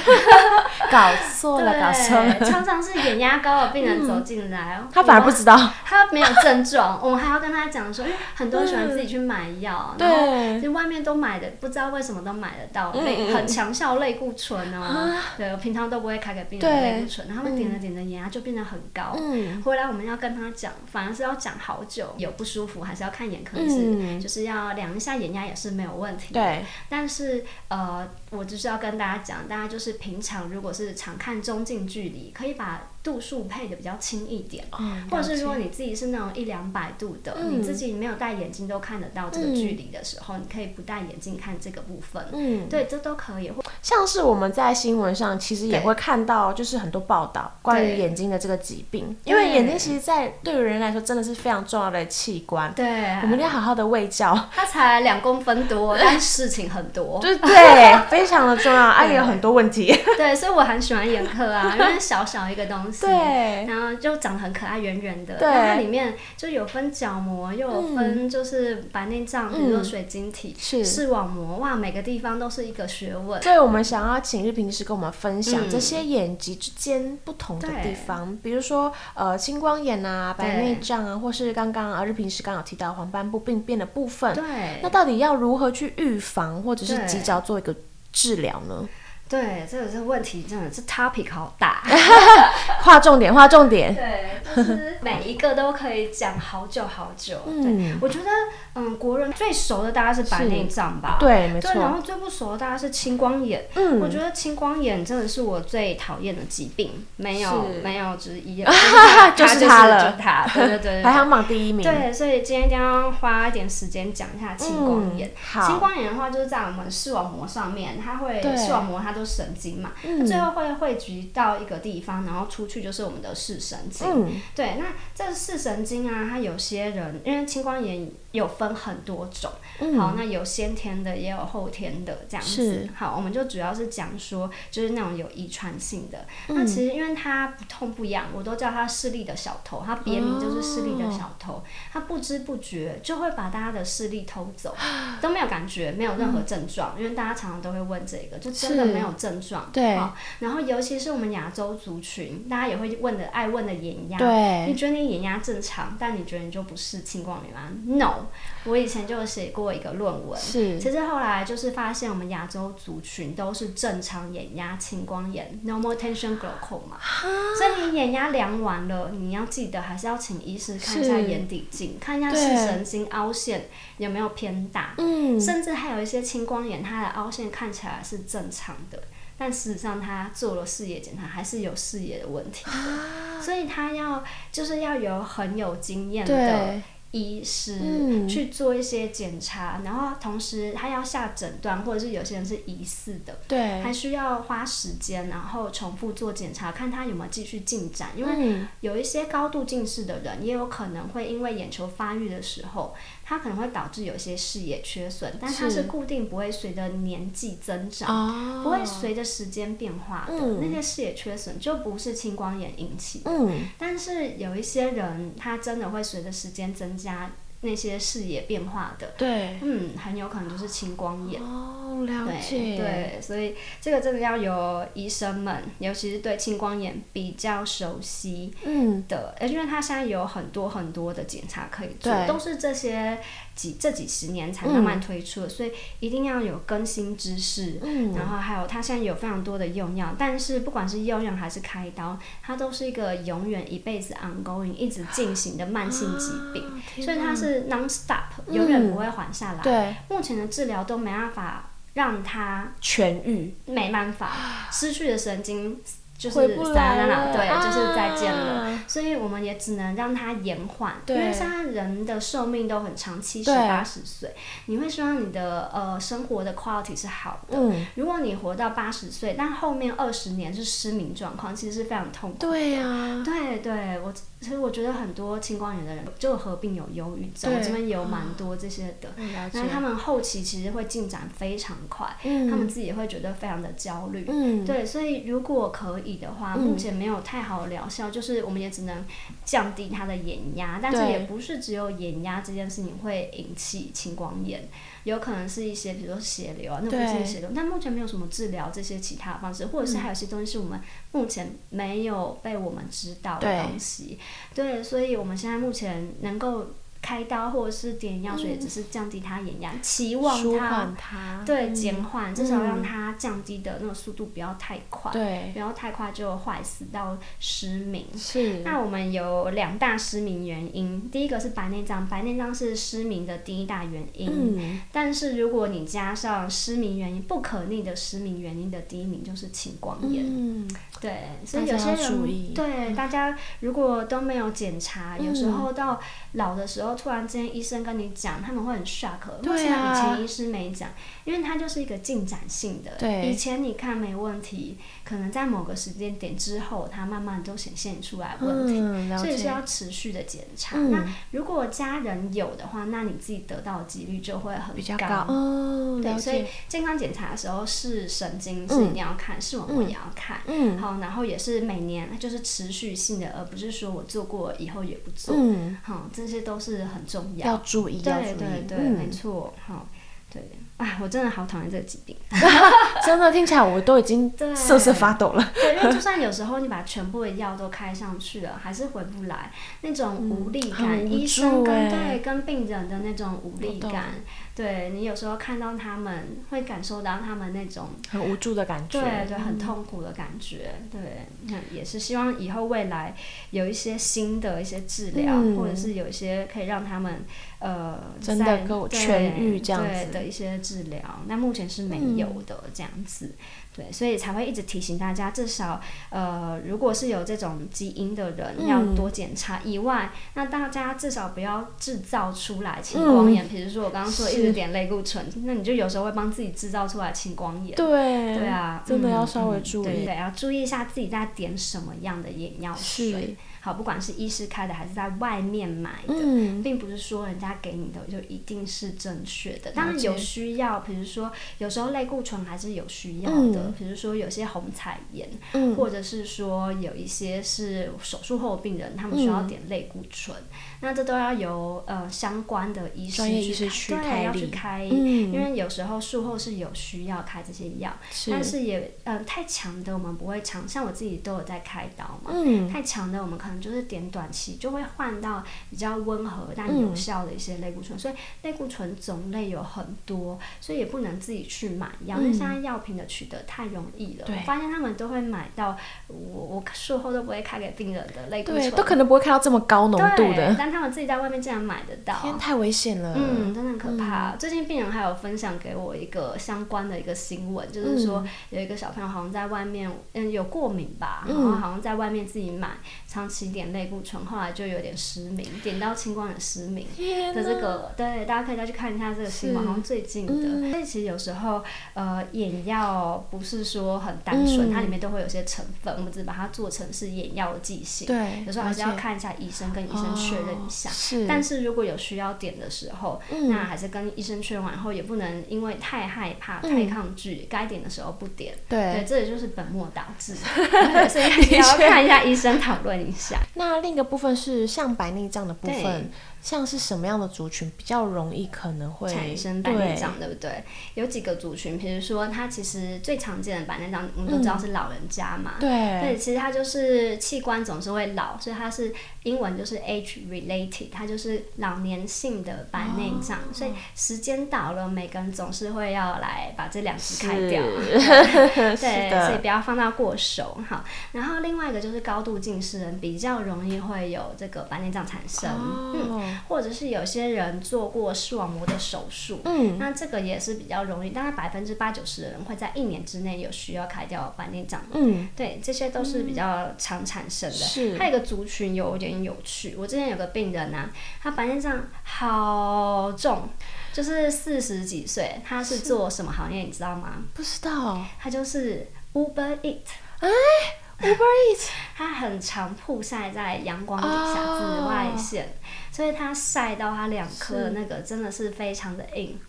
[SPEAKER 2] 搞错了，搞错了，
[SPEAKER 3] 对，常常是眼压高的病人走进来，
[SPEAKER 2] 他反而不知道，
[SPEAKER 3] 他没有症状， 我们还要跟他讲说，因为很多人喜欢自己去买药，
[SPEAKER 2] 对
[SPEAKER 3] 然后就外面都买的，不知道为什么都买得到类很强效类固醇哦，对，我平常都不会开给病人
[SPEAKER 2] 啊对
[SPEAKER 3] 类固醇，然后他们点着点着眼压就变得很高。
[SPEAKER 2] 嗯
[SPEAKER 3] 回来我们要跟他讲，反而是要讲好久，有不舒服还是要看眼科医生，
[SPEAKER 2] 嗯
[SPEAKER 3] 就是要量一下眼压也是没有问题的。
[SPEAKER 2] 对，
[SPEAKER 3] 但是呃，我就是要跟大家讲，大家就是平常如果是常看中近距离，可以把度数配的比较轻一点，
[SPEAKER 2] 嗯
[SPEAKER 3] 或者是说你自己是那种一两百度的，
[SPEAKER 2] 嗯
[SPEAKER 3] 你自己没有戴眼镜都看得到这个距离的时候，你可以不戴眼镜看这个部分。
[SPEAKER 2] 嗯，
[SPEAKER 3] 对，这都可以。或
[SPEAKER 2] 像是我们在新闻上其实也
[SPEAKER 3] 对
[SPEAKER 2] 会看到，就是很多报道关于
[SPEAKER 3] 对
[SPEAKER 2] 眼睛的这个疾病，
[SPEAKER 3] 对
[SPEAKER 2] 因为眼睛其实在对于人来说真的是非常重要的器官，
[SPEAKER 3] 对
[SPEAKER 2] 我，们一定要好好的喂教，
[SPEAKER 3] 它才两公分 多，但事情很多。
[SPEAKER 2] 对对，非常的重要，啊，
[SPEAKER 3] 对
[SPEAKER 2] 也有很多问题，
[SPEAKER 3] 对，所以我很喜欢眼科啊，因为小小一个东西，
[SPEAKER 2] 对
[SPEAKER 3] 然后就长得很可爱，圆圆的。
[SPEAKER 2] 对
[SPEAKER 3] 那它里面就有分角膜，又有分就是白内障，比如说
[SPEAKER 2] 嗯
[SPEAKER 3] 水晶体、
[SPEAKER 2] 是
[SPEAKER 3] 视网膜，哇，每个地方都是一个学问。
[SPEAKER 2] 所以我们想要请日平时跟我们分享
[SPEAKER 3] 嗯
[SPEAKER 2] 这些眼疾之间不同的
[SPEAKER 3] 对
[SPEAKER 2] 地方，比如说呃青光眼啊、白内障啊，或是刚刚呃日平时刚好提到黄斑部病变的部分，
[SPEAKER 3] 对
[SPEAKER 2] 那，到底要如何去预防或者是
[SPEAKER 3] 对
[SPEAKER 2] 及早做一个治疗呢？
[SPEAKER 3] 对，这个这个问题真的是 topic 好大。
[SPEAKER 2] 划重点，划重点。
[SPEAKER 3] 对，就是每一个都可以讲好久好久。对
[SPEAKER 2] 嗯，
[SPEAKER 3] 我觉得，嗯，国人最熟的大概是白内障吧。。
[SPEAKER 2] 对，没
[SPEAKER 3] 对，然
[SPEAKER 2] 错。
[SPEAKER 3] 后最不熟的大概是青光眼，
[SPEAKER 2] 嗯，
[SPEAKER 3] 我觉得青光眼真的是我最讨厌的疾病，没有
[SPEAKER 2] 是
[SPEAKER 3] 没有之 一，啊
[SPEAKER 2] 就
[SPEAKER 3] 就是是
[SPEAKER 2] 它
[SPEAKER 3] 它
[SPEAKER 2] 了
[SPEAKER 3] 就是它，对 对对，
[SPEAKER 2] 排行榜第一名。嗯
[SPEAKER 3] 对，所以今天一定要花一点时间讲一下青光眼。
[SPEAKER 2] 嗯
[SPEAKER 3] 青
[SPEAKER 2] 好，
[SPEAKER 3] 光眼的话，就是在我们视网膜上面，它会
[SPEAKER 2] 对嗯
[SPEAKER 3] 视网膜它都是神经嘛，它最后会汇聚到一个地方，然后出去就是我们的视神经。
[SPEAKER 2] 嗯，
[SPEAKER 3] 对，那这视神经啊，它有些人因为青光眼有分很多种，
[SPEAKER 2] 嗯
[SPEAKER 3] 好，那有先天的，也有后天的这样子
[SPEAKER 2] 是。
[SPEAKER 3] 好，我们就主要是讲说，就是那种有遗传性的。那其实因为它不痛不痒，我都叫它视力的小偷，它别名就是视力的
[SPEAKER 2] 哦
[SPEAKER 3] 小偷，它不知不觉就会把大家的视力偷走，都没有感觉，没有任何症状，因为大家常常都会问这个，就真的
[SPEAKER 2] 嗯是
[SPEAKER 3] 没有症状。
[SPEAKER 2] 对
[SPEAKER 3] 好然后尤其是我们亚洲族群，大家也会问的爱问的眼压，
[SPEAKER 2] 对
[SPEAKER 3] 你觉得你眼压正常，但你觉得你就不是青光眼吗？No，我以前就有写过一个论文。
[SPEAKER 2] 是
[SPEAKER 3] 其实后来就是发现，我们亚洲族群都是正常眼压、青光眼 （normal tension glaucoma），所以你眼压量完了，你要记得还是要请医师看一下
[SPEAKER 2] 是
[SPEAKER 3] 眼底镜，看一下视
[SPEAKER 2] 对
[SPEAKER 3] 神经凹陷有没有偏大。
[SPEAKER 2] 嗯，
[SPEAKER 3] 甚至还有一些青光眼，它的凹陷看起来是正常的，但事实上它做了视野检查还是有视野的问题
[SPEAKER 2] 啊
[SPEAKER 3] 的，所以它要就是要有很有经验的
[SPEAKER 2] 对，
[SPEAKER 3] 医师
[SPEAKER 2] 嗯
[SPEAKER 3] 去做一些检查，然后同时他要下诊断，或者是有些人是疑似的。还
[SPEAKER 2] 对，
[SPEAKER 3] 需要花时间，然后重复做检查，看他有没有继续进展。因为
[SPEAKER 2] 嗯，
[SPEAKER 3] 有一些高度近视的人，也有可能会因为眼球发育的时候，它可能会导致有一些视野缺损，但它
[SPEAKER 2] 是
[SPEAKER 3] 是固定不会随着年纪增长，
[SPEAKER 2] 哦，
[SPEAKER 3] 不会随着时间变化的、
[SPEAKER 2] 嗯
[SPEAKER 3] 那些视野缺损，就不是青光眼引起的。
[SPEAKER 2] 嗯，
[SPEAKER 3] 但是有一些人，他真的会随着时间增加。那些视野变化的，
[SPEAKER 2] 对，
[SPEAKER 3] 嗯，很有可能就是青光眼。
[SPEAKER 2] 哦，了
[SPEAKER 3] 对
[SPEAKER 2] 解，，
[SPEAKER 3] 对，所以这个真的要由医生们，尤其是对青光眼比较熟悉
[SPEAKER 2] 嗯，
[SPEAKER 3] 的，呃因为他现在有很多很多的检查可以做
[SPEAKER 2] 对，嗯
[SPEAKER 3] 都是这些几这几十年才慢慢推出的，所以一定要有更新知识。
[SPEAKER 2] 嗯
[SPEAKER 3] 然后还有，它现在有非常多的用药，但是不管是用药还是开刀，它都是一个永远一辈子 ongoing 一直进行的慢性疾病，
[SPEAKER 2] 啊
[SPEAKER 3] 所以它，是 non stop，
[SPEAKER 2] 嗯
[SPEAKER 3] 永远不会缓下来。
[SPEAKER 2] 天哪对，
[SPEAKER 3] 目前的治疗都没办法让它
[SPEAKER 2] 痊愈，
[SPEAKER 3] 没办法，失去的神经就是
[SPEAKER 2] 啊回不来
[SPEAKER 3] 撒那
[SPEAKER 2] 了，
[SPEAKER 3] 那对，就是再见了。
[SPEAKER 2] 啊，
[SPEAKER 3] 所以我们也只能让它延缓，因
[SPEAKER 2] 对
[SPEAKER 3] 为现在人的寿命都很长，七十
[SPEAKER 2] 对
[SPEAKER 3] 八十岁，你会希望你的呃生活的 quality 是好的。
[SPEAKER 2] 嗯，
[SPEAKER 3] 如果你活到八十岁，但后面二十年是失明状况，其实是非常痛苦。
[SPEAKER 2] 对呀，
[SPEAKER 3] 对对，我其实我觉得很多青光眼的人就合并有忧郁症，
[SPEAKER 2] 对啊
[SPEAKER 3] 我这边也有蛮多这些的。
[SPEAKER 2] 我了
[SPEAKER 3] 那他
[SPEAKER 2] 们，
[SPEAKER 3] 们后期其实会进展非常快，他
[SPEAKER 2] 嗯
[SPEAKER 3] 们自己也会觉得非常的焦虑。
[SPEAKER 2] 嗯，
[SPEAKER 3] 对，所以如果可以的话，
[SPEAKER 2] 嗯
[SPEAKER 3] 目前没有太好的疗效，就是我们也只能降低它的眼压，但是
[SPEAKER 2] 对
[SPEAKER 3] 也不是只有眼压这件事情会引起青光眼，有可能是一些比如说血流啊，那不
[SPEAKER 2] 对嗯
[SPEAKER 3] 是血流，但目前没有什么治疗这些其他的方式，或者是还有一些东西是我们目前没有被我们知道的
[SPEAKER 2] 对
[SPEAKER 3] 东西，对，所以我们现在目前能够开刀或者是点药水，也只是降低它眼压，期望
[SPEAKER 2] 嗯舒
[SPEAKER 3] 它
[SPEAKER 2] 缓它，
[SPEAKER 3] 对，
[SPEAKER 2] 嗯
[SPEAKER 3] 减缓，至少
[SPEAKER 2] 嗯
[SPEAKER 3] 让它降低的那个速度不要太快，
[SPEAKER 2] 对，
[SPEAKER 3] 不要太快就坏死到失明。
[SPEAKER 2] 是，
[SPEAKER 3] 那我们有两大失明原因，第一个是白内障，白内障是失明的第一大原因。
[SPEAKER 2] 嗯，
[SPEAKER 3] 但是如果你加上失明原因不可逆的失明原因的第一名就是青光眼，
[SPEAKER 2] 嗯，
[SPEAKER 3] 对，所以
[SPEAKER 2] 大
[SPEAKER 3] 有
[SPEAKER 2] 家
[SPEAKER 3] 些
[SPEAKER 2] 要
[SPEAKER 3] 人
[SPEAKER 2] 注意
[SPEAKER 3] 对大家如果都没有检查，有时
[SPEAKER 2] 嗯
[SPEAKER 3] 候到老的时候，突然之间医生跟你讲，他们会很 shock，
[SPEAKER 2] 对
[SPEAKER 3] 为什么
[SPEAKER 2] 啊
[SPEAKER 3] 以前医师没讲？因为它就是一个进展性的，
[SPEAKER 2] 对
[SPEAKER 3] 以前你看没问题，可能在某个时间点之后，它慢慢都显现出来问题。
[SPEAKER 2] 嗯，了
[SPEAKER 3] 所以是
[SPEAKER 2] 解，
[SPEAKER 3] 要持续的检查。那
[SPEAKER 2] 嗯，
[SPEAKER 3] 如果家人有的话，那你自己得到的几率就会很
[SPEAKER 2] 比较高，哦，了
[SPEAKER 3] 对，所以
[SPEAKER 2] 解，
[SPEAKER 3] 健康检查的时候，视神经是一定要看，视网膜也要看。
[SPEAKER 2] 嗯
[SPEAKER 3] 好，然后也是每年就是持续性的，而不是说我做过以后也不做。
[SPEAKER 2] 嗯，
[SPEAKER 3] 好、这些都是很重
[SPEAKER 2] 要
[SPEAKER 3] 要。
[SPEAKER 2] 注意，要注
[SPEAKER 3] 对
[SPEAKER 2] 意，
[SPEAKER 3] 对对，没
[SPEAKER 2] 嗯，
[SPEAKER 3] 错。好、对。哎，我真的好讨厌这个疾 病。
[SPEAKER 2] 真的听起来我都已经
[SPEAKER 3] 对
[SPEAKER 2] 瑟瑟发抖了，
[SPEAKER 3] 对，因为就算有时候你把全部的药都开上去了，还是回不来，那种无力
[SPEAKER 2] 嗯很
[SPEAKER 3] 感，
[SPEAKER 2] 无
[SPEAKER 3] 医生
[SPEAKER 2] 助
[SPEAKER 3] 跟
[SPEAKER 2] 欸
[SPEAKER 3] 对跟病人的那种无力
[SPEAKER 2] 懂
[SPEAKER 3] 感，对你有时候看到他们，会感受到他们那种
[SPEAKER 2] 很无助的感觉，
[SPEAKER 3] 对对，很痛苦的感觉。对，那也是希望以后未来有一些新的一些治疗，
[SPEAKER 2] 嗯
[SPEAKER 3] 或者是有一些可以让他们呃
[SPEAKER 2] 真的
[SPEAKER 3] 在
[SPEAKER 2] 够
[SPEAKER 3] 对
[SPEAKER 2] 痊愈这样
[SPEAKER 3] 对
[SPEAKER 2] 子
[SPEAKER 3] 的一些治疗。那目前是没有的这样子。对，所以才会一直提醒大家，至少呃，如果是有这种基因的人，要
[SPEAKER 2] 嗯
[SPEAKER 3] 多检查。以外，那大家至少不要制造出来青
[SPEAKER 2] 嗯
[SPEAKER 3] 光眼。比如说我刚刚说一
[SPEAKER 2] 是
[SPEAKER 3] 直点类固醇，那你就有时候会帮自己制造出来青光眼。
[SPEAKER 2] 对
[SPEAKER 3] 对，啊，
[SPEAKER 2] 真的
[SPEAKER 3] 嗯
[SPEAKER 2] 要稍微
[SPEAKER 3] 嗯
[SPEAKER 2] 注
[SPEAKER 3] 对
[SPEAKER 2] 意
[SPEAKER 3] 对，要注意一下自己在点什么样的眼药
[SPEAKER 2] 是
[SPEAKER 3] 水。好，不管是医师开的还是在外面买的，
[SPEAKER 2] 嗯，
[SPEAKER 3] 并不是说人家给你的就一定是正确的。当然
[SPEAKER 2] 解
[SPEAKER 3] 有需要，比如说有时候类固醇还是有需要的，
[SPEAKER 2] 嗯
[SPEAKER 3] 比如说有些红彩炎，
[SPEAKER 2] 嗯
[SPEAKER 3] 或者是说有一些是手术后的病人，他们需要
[SPEAKER 2] 嗯
[SPEAKER 3] 点类固醇，那这都要由呃相关的医师
[SPEAKER 2] 专业医师去
[SPEAKER 3] 去
[SPEAKER 2] 开
[SPEAKER 3] 开对，要去
[SPEAKER 2] 立
[SPEAKER 3] 开。
[SPEAKER 2] 嗯
[SPEAKER 3] 因为有时候术后是有需要开这些药，
[SPEAKER 2] 是
[SPEAKER 3] 但是也呃太强的我们不会强，像我自己都有在开刀嘛，
[SPEAKER 2] 嗯，
[SPEAKER 3] 太强的我们可能就是点短期就会换到比较温和但有
[SPEAKER 2] 嗯
[SPEAKER 3] 效的一些类固醇，所以类固醇种类有很多，所以也不能自己去买药，因为
[SPEAKER 2] 嗯
[SPEAKER 3] 现在药品的取得太容易了，
[SPEAKER 2] 对
[SPEAKER 3] 我发现他们都会买到我我术后都不会开给病人的类固
[SPEAKER 2] 对，
[SPEAKER 3] 醇，
[SPEAKER 2] 都可能不会看到这么高浓度
[SPEAKER 3] 对
[SPEAKER 2] 的，
[SPEAKER 3] 但他们自己在外面竟然买得到，
[SPEAKER 2] 天，太危险了，
[SPEAKER 3] 嗯，真的很可怕。最近病人还有分享给我一个相关的一个新闻，
[SPEAKER 2] 嗯
[SPEAKER 3] 就是说有一个小朋友好像在外面，嗯，有过敏吧，然后
[SPEAKER 2] 嗯
[SPEAKER 3] 好像在外面自己买，长期点类固醇，后来就有点失明，点到青光眼失明。
[SPEAKER 2] 天
[SPEAKER 3] 的这
[SPEAKER 2] 哪，
[SPEAKER 3] 个对，大家可以再去看一下这个新闻，
[SPEAKER 2] 是嗯
[SPEAKER 3] 好像最近的。所以其实有时候，呃，眼药不是说很单纯，
[SPEAKER 2] 嗯
[SPEAKER 3] 它里面都会有些成分，我们只把它做成是眼药的剂型。
[SPEAKER 2] 对，
[SPEAKER 3] 有时候还是要
[SPEAKER 2] 了解
[SPEAKER 3] 看一下医生，跟医生确认一下
[SPEAKER 2] 哦。是，
[SPEAKER 3] 但
[SPEAKER 2] 是
[SPEAKER 3] 是如果有需要点的时候，
[SPEAKER 2] 嗯
[SPEAKER 3] 那还是跟医生确认完后，也不能因为太害怕、太抗拒，该点的时候不点。对，
[SPEAKER 2] 对，
[SPEAKER 3] 这也就是本末倒置， 对所以还是要看一下医生，讨论一下。
[SPEAKER 2] 那另一个部分是像白内障的部
[SPEAKER 3] 对
[SPEAKER 2] 分，像是什么样的族群比较容易可能会
[SPEAKER 3] 产生白内障，对不对？有几个族群，比如说他其实最常见的白内障，我们都知道是老人家嘛，
[SPEAKER 2] 对
[SPEAKER 3] 对，其实它就是器官总是会老，所以它是英文就是 age related，它就是老年性的白内障，所以时间到了，每个人总是会要来把这两只开掉，
[SPEAKER 2] 对，
[SPEAKER 3] 对
[SPEAKER 2] 是，的
[SPEAKER 3] 所以不要放到过熟哈。然后另外一个就是高度近视人比较容易会有这个白内障产生，嗯，
[SPEAKER 2] 哦
[SPEAKER 3] 或者是有些人做过视网膜的手术，
[SPEAKER 2] 嗯
[SPEAKER 3] 那这个也是比较容易，大概百分之八九十的人会在一年之内有需要开掉白内障。
[SPEAKER 2] 嗯
[SPEAKER 3] 对，这些都是比较常产生的。
[SPEAKER 2] 是
[SPEAKER 3] 还有一个族群有点有趣，我之前有个病人啊，他白内障好重，就是四十几岁，他是做什么行业你知道吗？
[SPEAKER 2] 不知道
[SPEAKER 3] 他就是 Uber Eat，
[SPEAKER 2] 哎 Uber Eats 哦
[SPEAKER 3] 他很常曝晒在阳光底下紫外线，所以他晒到他两颗的那个真的是非常的硬，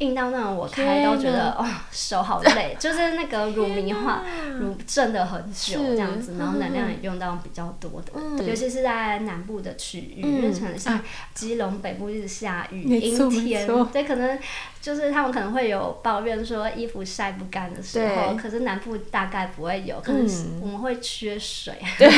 [SPEAKER 3] 硬到那种我开都觉得哦手好累，就是那个乳糜化乳震的很
[SPEAKER 2] 是
[SPEAKER 3] 久这样子，然后能量也用到比较多的，
[SPEAKER 2] 嗯
[SPEAKER 3] 尤其是在南部的区域，
[SPEAKER 2] 嗯
[SPEAKER 3] 因为可能像基隆北部一直下雨，
[SPEAKER 2] 没错
[SPEAKER 3] 阴天
[SPEAKER 2] 没错，
[SPEAKER 3] 对，可能就是他们可能会有抱怨说衣服晒不干的时候，
[SPEAKER 2] 对
[SPEAKER 3] 可是南部大概不会有，可能是
[SPEAKER 2] 嗯
[SPEAKER 3] 我们会缺水。
[SPEAKER 2] 对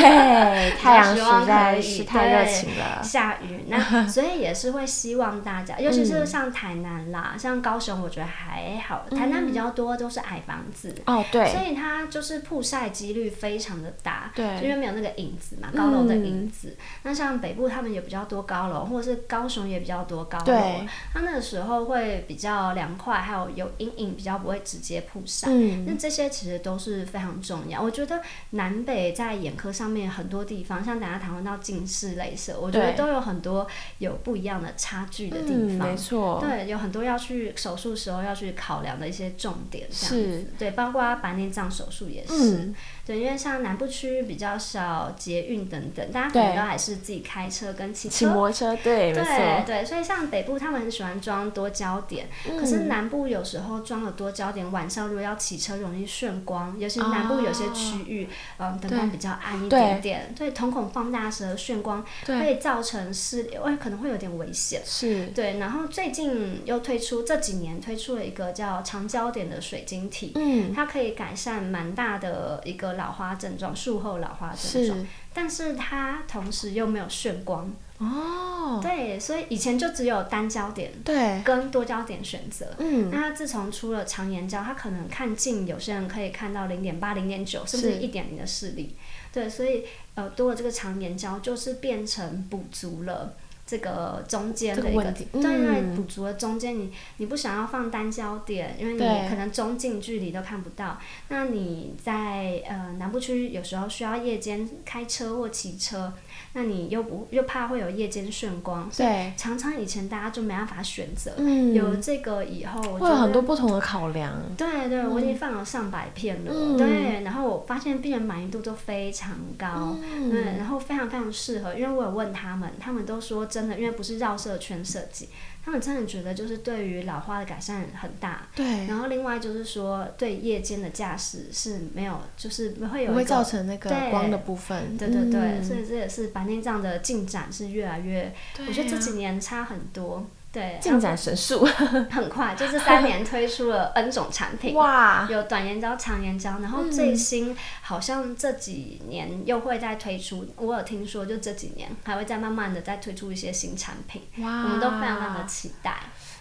[SPEAKER 2] 太阳
[SPEAKER 3] 希望
[SPEAKER 2] 实在
[SPEAKER 3] 可以
[SPEAKER 2] 是太热情了，
[SPEAKER 3] 下雨， 那所以也是会希望大家，尤其
[SPEAKER 2] 嗯
[SPEAKER 3] 是像台南啦，像高雄，我觉得还好，台南比较多都是矮房子。
[SPEAKER 2] 哦
[SPEAKER 3] 所
[SPEAKER 2] 嗯对
[SPEAKER 3] 以它就是曝晒几率非常的大，
[SPEAKER 2] 对嗯
[SPEAKER 3] 就因为没有那个影子嘛，高楼的影子。那像北部他们也比较多高楼，或者是高雄也比较多高楼
[SPEAKER 2] 对，
[SPEAKER 3] 它那个时候会比较凉快，还有有阴影，比较不会直接曝晒。那
[SPEAKER 2] 嗯
[SPEAKER 3] 这些其实都是非常重要。我觉得南北在眼科上面很多地方，像大家谈论到近视、雷射，我觉得
[SPEAKER 2] 对
[SPEAKER 3] 都有很多有不一样的差距的
[SPEAKER 2] 嗯
[SPEAKER 3] 地方。
[SPEAKER 2] 没错
[SPEAKER 3] 对，有很多要去手术时候要去考量的一些重点，这样
[SPEAKER 2] 是
[SPEAKER 3] 子。对，包括白内障手术也是。
[SPEAKER 2] 嗯
[SPEAKER 3] 对，因为像南部区域比较少捷运等等，大家可能
[SPEAKER 2] 对
[SPEAKER 3] 都还是自己开车跟骑
[SPEAKER 2] 骑
[SPEAKER 3] 车。
[SPEAKER 2] 摩托车对没
[SPEAKER 3] 对
[SPEAKER 2] 错
[SPEAKER 3] 对，所以像北部他们很喜欢装多焦点，
[SPEAKER 2] 嗯
[SPEAKER 3] 可是南部有时候装了多焦点，晚上如果要骑车容易眩光，尤其是南部有些区域，
[SPEAKER 2] 哦
[SPEAKER 3] 嗯，灯光比较暗一点点，对瞳孔放大时的眩光
[SPEAKER 2] 对
[SPEAKER 3] 会造成视力，会可能会有点危险。
[SPEAKER 2] 是
[SPEAKER 3] 对，然后最近又推出这几年推出了一个叫长焦点的水晶体，
[SPEAKER 2] 嗯
[SPEAKER 3] 它可以改善蛮大的一个老花症状，术后老花症状，
[SPEAKER 2] 是
[SPEAKER 3] 但是它同时又没有眩光，
[SPEAKER 2] 哦
[SPEAKER 3] 对，所以以前就只有单焦点
[SPEAKER 2] 对
[SPEAKER 3] 跟多焦点选择。
[SPEAKER 2] 嗯
[SPEAKER 3] 那它自从出了长眼焦，它可能看近，有些人可以看到零点八、零点九，甚至
[SPEAKER 2] 是
[SPEAKER 3] 一点零的视力。对，所以呃，多了这个长眼焦，就是变成补足了。这个中间
[SPEAKER 2] 这
[SPEAKER 3] 的
[SPEAKER 2] 个
[SPEAKER 3] 一个，
[SPEAKER 2] 问题
[SPEAKER 3] 对对，
[SPEAKER 2] 嗯
[SPEAKER 3] 补足了中间你你不想要放单焦点，因为
[SPEAKER 2] 对
[SPEAKER 3] 你可能中近距离都看不到。那你在呃南部区有时候需要夜间开车或骑车，那你又不又怕会有夜间眩光，所以
[SPEAKER 2] 对
[SPEAKER 3] 常常以前大家就没办法选择，
[SPEAKER 2] 嗯
[SPEAKER 3] 有这个以后，我
[SPEAKER 2] 会
[SPEAKER 3] 觉
[SPEAKER 2] 有
[SPEAKER 3] 得
[SPEAKER 2] 很多。不同的考量
[SPEAKER 3] 对对，我已经放了上百片了，
[SPEAKER 2] 嗯
[SPEAKER 3] 对，然后我发现病人满意度都非常高，
[SPEAKER 2] 嗯
[SPEAKER 3] 对，然后非常非常适合，因为我有问他们，他们都说真的，因为不是绕射圈设计，他们真的觉得就是对于老花的改善很大，
[SPEAKER 2] 对
[SPEAKER 3] 然后另外就是说对夜间的驾驶是没有，就是会
[SPEAKER 2] 不
[SPEAKER 3] 有一
[SPEAKER 2] 会
[SPEAKER 3] 个
[SPEAKER 2] 造成那个
[SPEAKER 3] 对
[SPEAKER 2] 光的部分
[SPEAKER 3] 对对对，
[SPEAKER 2] 嗯
[SPEAKER 3] 所以这也是白内障的进展是越来越，我觉得
[SPEAKER 2] 对
[SPEAKER 3] 这
[SPEAKER 2] 啊
[SPEAKER 3] 几年差很多，对，
[SPEAKER 2] 进展神速
[SPEAKER 3] 很快，就这三年推出了 N 种产品。
[SPEAKER 2] 哇
[SPEAKER 3] 有短延胶、长延胶，然后
[SPEAKER 2] 嗯
[SPEAKER 3] 最新好像这几年又会再推出，我有听说就这几年还会再慢慢的再推出一些新产品，
[SPEAKER 2] 哇
[SPEAKER 3] 我们都非常非常的期待。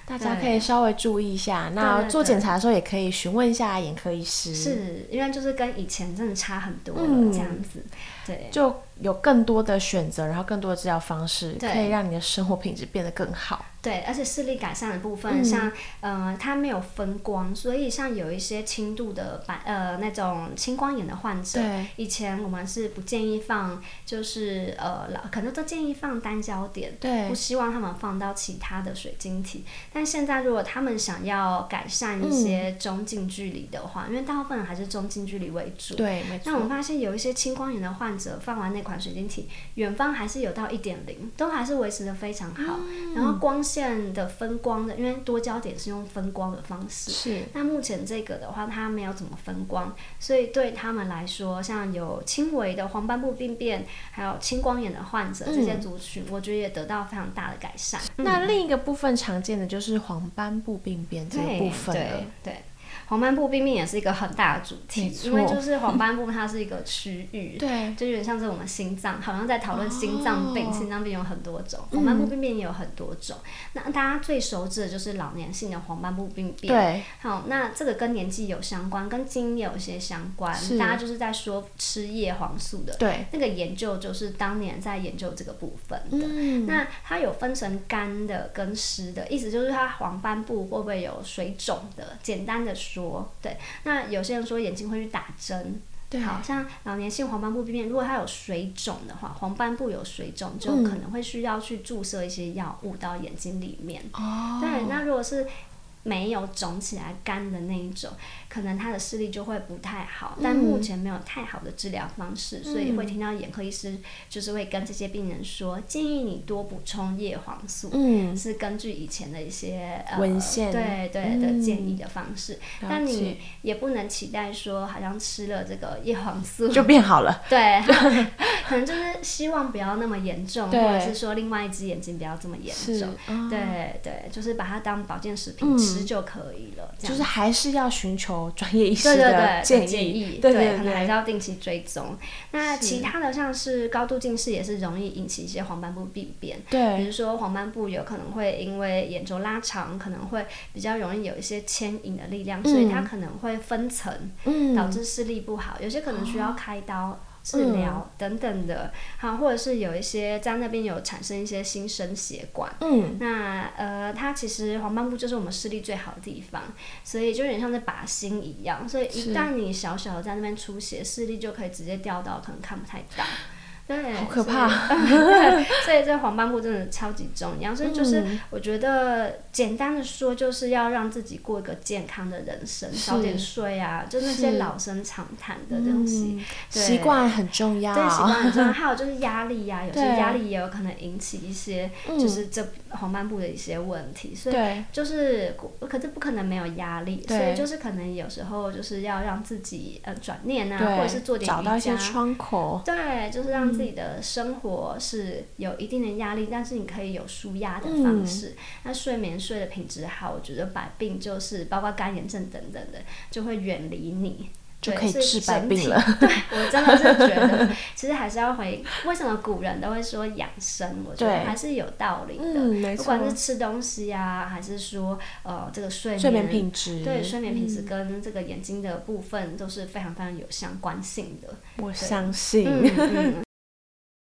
[SPEAKER 2] 大家
[SPEAKER 3] 对
[SPEAKER 2] 可以稍微注意一下，那
[SPEAKER 3] 对对
[SPEAKER 2] 做
[SPEAKER 3] 对
[SPEAKER 2] 检查的时候也可以询问一下眼科医师，
[SPEAKER 3] 是因为就是跟以前真的差很多了，
[SPEAKER 2] 嗯
[SPEAKER 3] 这样子，对，
[SPEAKER 2] 就有更多的选择，然后更多的治疗方式，
[SPEAKER 3] 对
[SPEAKER 2] 可以让你的生活品质变得更好。
[SPEAKER 3] 对，而且视力改善的部分，
[SPEAKER 2] 嗯
[SPEAKER 3] 像呃，它没有分光，所以像有一些轻度的白呃那种青光眼的患者
[SPEAKER 2] 对，
[SPEAKER 3] 以前我们是不建议放，就是呃老，可能都建议放单焦点，
[SPEAKER 2] 对
[SPEAKER 3] 不希望他们放到其他的水晶体。但现在如果他们想要改善
[SPEAKER 2] 嗯
[SPEAKER 3] 一些中近距离的话，因为大部分人还是中近距离为主，
[SPEAKER 2] 对，没
[SPEAKER 3] 那我们
[SPEAKER 2] 错，
[SPEAKER 3] 发现有一些青光眼的患者放完那款水晶体，远方还是有到一点零，都还是维持的非常好。然后光线的分光的，因为多焦点是用分光的方式，
[SPEAKER 2] 是
[SPEAKER 3] 那目前这个的话，它没有怎么分光，所以对他们来说，像有轻微的黄斑部病变，还有青光眼的患者、这些族群，我觉得也得到非常大的改善。
[SPEAKER 2] 那另一个部分常见的就是黄斑部病变这个
[SPEAKER 3] 对
[SPEAKER 2] 部分了
[SPEAKER 3] 对。对，黄斑部病变也是一个很大的主
[SPEAKER 2] 没
[SPEAKER 3] 题，
[SPEAKER 2] 错
[SPEAKER 3] 因为就是黄斑部它是一个区域，
[SPEAKER 2] 对
[SPEAKER 3] 就有点像是我们心脏，好像在讨论心脏病，
[SPEAKER 2] 哦
[SPEAKER 3] 心脏病有很多种，黄斑部病变也有很多种。那大家最熟知的就是老年性的黄斑部病变，
[SPEAKER 2] 对，
[SPEAKER 3] 好，那这个跟年纪有相关，跟基因也有些相关
[SPEAKER 2] 是。
[SPEAKER 3] 大家就是在说吃叶黄素的
[SPEAKER 2] 对，
[SPEAKER 3] 那个研究，就是当年在研究这个部分的。
[SPEAKER 2] 嗯，
[SPEAKER 3] 那它有分成干的跟湿的，意思就是它黄斑部会不会有水肿的？简单的说，对。那有些人说眼睛会去打针，
[SPEAKER 2] 对，啊
[SPEAKER 3] 好像老年性黄斑部病变，如果它有水肿的话，黄斑部有水肿
[SPEAKER 2] 嗯
[SPEAKER 3] 就可能会需要去注射一些药物到眼睛里面。
[SPEAKER 2] 哦，
[SPEAKER 3] 对，那如果是没有肿起来干的那一种，可能他的视力就会不太好。但
[SPEAKER 2] 嗯
[SPEAKER 3] 目前没有太好的治疗方式，所以会听到眼科医师就是会跟这些病人说，建议你多补充叶黄素。
[SPEAKER 2] 嗯，
[SPEAKER 3] 是根据以前的一些、呃、
[SPEAKER 2] 文献嗯
[SPEAKER 3] 对对的建议的方式，
[SPEAKER 2] 了
[SPEAKER 3] 但
[SPEAKER 2] 解
[SPEAKER 3] 你也不能期待说好像吃了这个叶黄素
[SPEAKER 2] 就变好了。
[SPEAKER 3] 对， 可能就是希望不要那么严重，或
[SPEAKER 2] 对
[SPEAKER 3] 者是说另外一只眼睛不要这么严
[SPEAKER 2] 是
[SPEAKER 3] 重。
[SPEAKER 2] 哦
[SPEAKER 3] 对对，就是把它当保健食品吃就可以了，这
[SPEAKER 2] 就
[SPEAKER 3] 样
[SPEAKER 2] 是。还是要寻求专业医师
[SPEAKER 3] 对对
[SPEAKER 2] 的
[SPEAKER 3] 对，
[SPEAKER 2] 建
[SPEAKER 3] 对建
[SPEAKER 2] 议，
[SPEAKER 3] 对
[SPEAKER 2] 对
[SPEAKER 3] 可能还
[SPEAKER 2] 对，
[SPEAKER 3] 是要定期追踪。那其他的像是高度近视也是容易引起一些黄斑部病变，比
[SPEAKER 2] 对
[SPEAKER 3] 如说黄斑部有可能会因为眼轴拉长，可能会比较容易有一些牵引的力量，所以它可能会分层，导
[SPEAKER 2] 嗯，
[SPEAKER 3] 致视力不好，有些可能需要开刀。治疗等等的，好、或者是有一些在那边有产生一些新生血管，
[SPEAKER 2] 嗯，
[SPEAKER 3] 那呃，它其实黄斑部就是我们视力最好的地方，所以就有点像在靶心一样，所以
[SPEAKER 2] 是
[SPEAKER 3] 一旦你小小的在那边出血，视力就可以直接掉到可能看不太到。对，
[SPEAKER 2] 好可怕
[SPEAKER 3] 所以 对，所以这黄斑部真的超级重要，所以就是
[SPEAKER 2] 嗯
[SPEAKER 3] 我觉得简单的说，就是要让自己过一个健康的人生，早点睡啊，就那些
[SPEAKER 2] 是嗯
[SPEAKER 3] 老生常谈的东西。对
[SPEAKER 2] 习惯很重要，
[SPEAKER 3] 对，习惯很重 要。还有就是压力啊呀、有些
[SPEAKER 2] 对
[SPEAKER 3] 压力也有可能引起一些，就是这黄斑部的一些问题，所以。
[SPEAKER 2] 嗯对，
[SPEAKER 3] 就是，可是不可能没有压力，所
[SPEAKER 2] 对
[SPEAKER 3] 以就是可能有时候就是要让自己呃转念啊，
[SPEAKER 2] 对，
[SPEAKER 3] 或者是做点
[SPEAKER 2] 找
[SPEAKER 3] 瑜
[SPEAKER 2] 到
[SPEAKER 3] 伽，
[SPEAKER 2] 一些嗯窗口，
[SPEAKER 3] 对，就是让自己的生活是有一定的压力，但是你可以有舒压的方
[SPEAKER 2] 嗯
[SPEAKER 3] 式。那睡眠睡的品质好，我觉得百病就是包括干眼症等等的，就会远离你。
[SPEAKER 2] 就
[SPEAKER 3] 对
[SPEAKER 2] 可以
[SPEAKER 3] 所
[SPEAKER 2] 治百
[SPEAKER 3] 整
[SPEAKER 2] 病
[SPEAKER 3] 体
[SPEAKER 2] 了
[SPEAKER 3] 对我真的是觉得，其实还是要回为什么古人都会说养生，我觉得
[SPEAKER 2] 对
[SPEAKER 3] 还是有道理的。
[SPEAKER 2] 嗯，没
[SPEAKER 3] 不
[SPEAKER 2] 错
[SPEAKER 3] 管，是吃东西啊，还是说呃这个睡眠
[SPEAKER 2] 睡眠品质，嗯
[SPEAKER 3] 对睡眠品质跟这个眼睛的部分都是非常非常有相关性的。
[SPEAKER 2] 我相信，
[SPEAKER 3] 嗯嗯，